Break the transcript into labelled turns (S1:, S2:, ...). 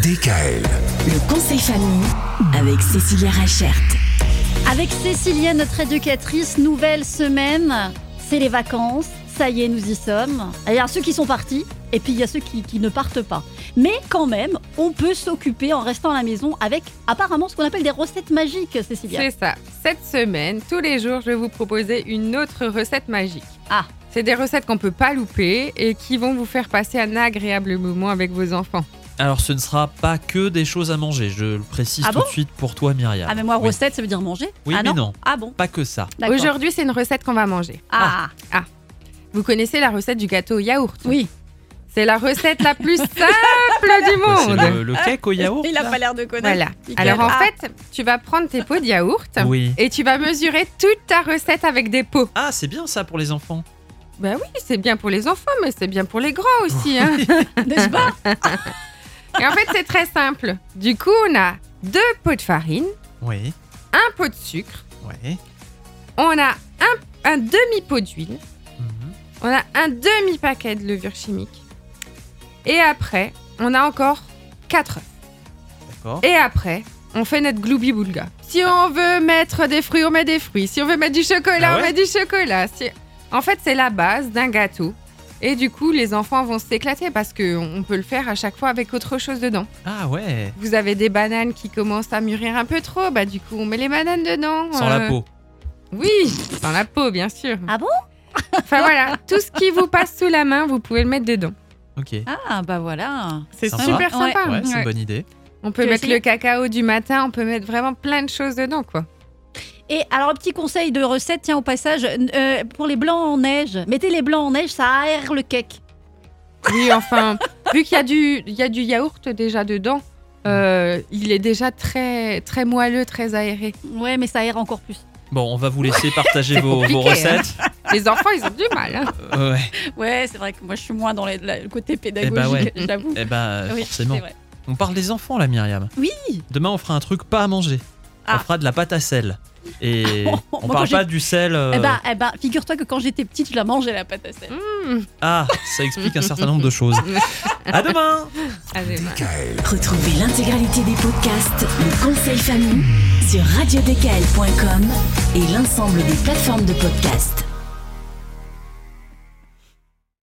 S1: DKL.
S2: Le conseil famille avec Cécilia Rachert.
S3: Avec Cécilia, notre éducatrice, nouvelle semaine, c'est les vacances, ça y est, nous y sommes. Il y a ceux qui sont partis et puis il y a ceux qui, qui ne partent pas. Mais quand même, on peut s'occuper en restant à la maison avec apparemment ce qu'on appelle des recettes magiques, Cécilia.
S4: C'est ça. Cette semaine, tous les jours, je vais vous proposer une autre recette magique.
S3: Ah.
S4: C'est des recettes qu'on peut pas louper et qui vont vous faire passer un agréable moment avec vos enfants.
S5: Alors ce ne sera pas que des choses à manger, je le précise
S3: Ah
S5: tout
S3: bon
S5: de suite pour toi Myriam.
S3: Ah, mais moi,
S5: Oui.
S3: recette, ça veut dire manger
S5: Oui,
S3: ah
S5: mais non.
S3: Ah bon
S5: Pas que ça.
S3: D'accord.
S4: Aujourd'hui, c'est une recette qu'on va manger.
S3: Ah,
S4: Vous connaissez la recette du gâteau au yaourt
S3: oui.
S4: C'est la recette la plus simple du
S5: Quoi, C'est
S4: monde.
S5: le, le cake au
S3: Ah
S5: yaourt
S2: Il a pas l'air de connaître.
S4: Voilà.
S2: Nickel.
S4: Alors en
S2: Ah.
S4: fait, tu vas prendre tes pots de yaourt
S5: Oui.
S4: et tu vas mesurer toute ta recette avec des pots.
S5: Ah c'est bien ça pour les enfants.
S4: Ben oui, c'est bien pour les enfants, mais c'est bien pour les grands aussi. hein.
S3: N'est-ce pas
S4: Et en fait, c'est très simple. Du coup, on a deux pots de farine,
S5: Oui.
S4: un pot de sucre,
S5: Oui.
S4: on a un, un demi-pot d'huile,
S5: Mhm.
S4: on a un demi-paquet de levure chimique. Et après, on a encore quatre œufs.
S5: D'accord.
S4: Et après, on fait notre gloubi boulga. Si on veut mettre des fruits, on met des fruits. Si on veut mettre du chocolat,
S5: Ah
S4: on met
S5: ouais
S4: du chocolat. Si- En fait, c'est la base d'un gâteau. Et du coup, les enfants vont s'éclater parce qu'on on peut le faire à chaque fois avec autre chose dedans.
S5: Ah ouais.
S4: Vous avez des bananes qui commencent à mûrir un peu trop, bah du coup on met les bananes dedans.
S5: Sans
S4: euh,
S5: la peau.
S4: Oui, sans la peau bien sûr.
S3: Ah bon
S4: Enfin voilà, tout ce qui vous passe sous la main, vous pouvez le mettre dedans.
S5: Ok.
S3: Ah, bah voilà.
S4: C'est
S5: Sympa.
S4: super
S3: Ah, Ouais.
S4: sympa.
S5: ouais, c'est
S4: Ouais.
S5: une bonne idée.
S4: On peut
S3: Tu as
S4: mettre
S3: essayé
S4: le cacao du matin, on peut mettre vraiment plein de choses dedans quoi.
S3: Et alors, un petit conseil de recette, tiens, au passage, euh, pour les blancs en neige, mettez les blancs en neige, ça aère le cake.
S4: Oui, enfin, vu qu'il y a du il y a du yaourt déjà dedans, euh, il est déjà très très moelleux, très aéré.
S3: Ouais, mais ça aère encore plus.
S5: Bon, on va vous laisser partager vos,
S4: compliqué,
S3: hein.
S5: vos recettes.
S4: Les enfants, ils ont du mal. hein.
S5: Euh, ouais.
S2: Ouais, c'est vrai que moi je suis moins dans les- la- le côté pédagogique,
S5: Eh ben ouais.
S2: j'avoue.
S5: Eh ben
S2: Oui,
S5: forcément.
S2: c'est vrai.
S5: On parle des enfants là Myriam.
S3: Oui
S5: Demain on fera un truc pas à manger.
S2: Ah.
S5: On fera de la pâte à sel. Et
S3: Moi,
S5: on
S3: quand
S5: parle
S3: j'ai-
S5: pas du sel. euh,
S3: Eh ben, eh ben, figure-toi que quand j'étais petite, je la mangeais, la pâte à sel.
S5: Ah, ça explique un certain nombre de choses. À demain.
S4: Allez, bah.
S1: DKL.
S2: Retrouvez l'intégralité des podcasts Le Conseil Famille sur radiodkl.com et l'ensemble des plateformes de podcasts.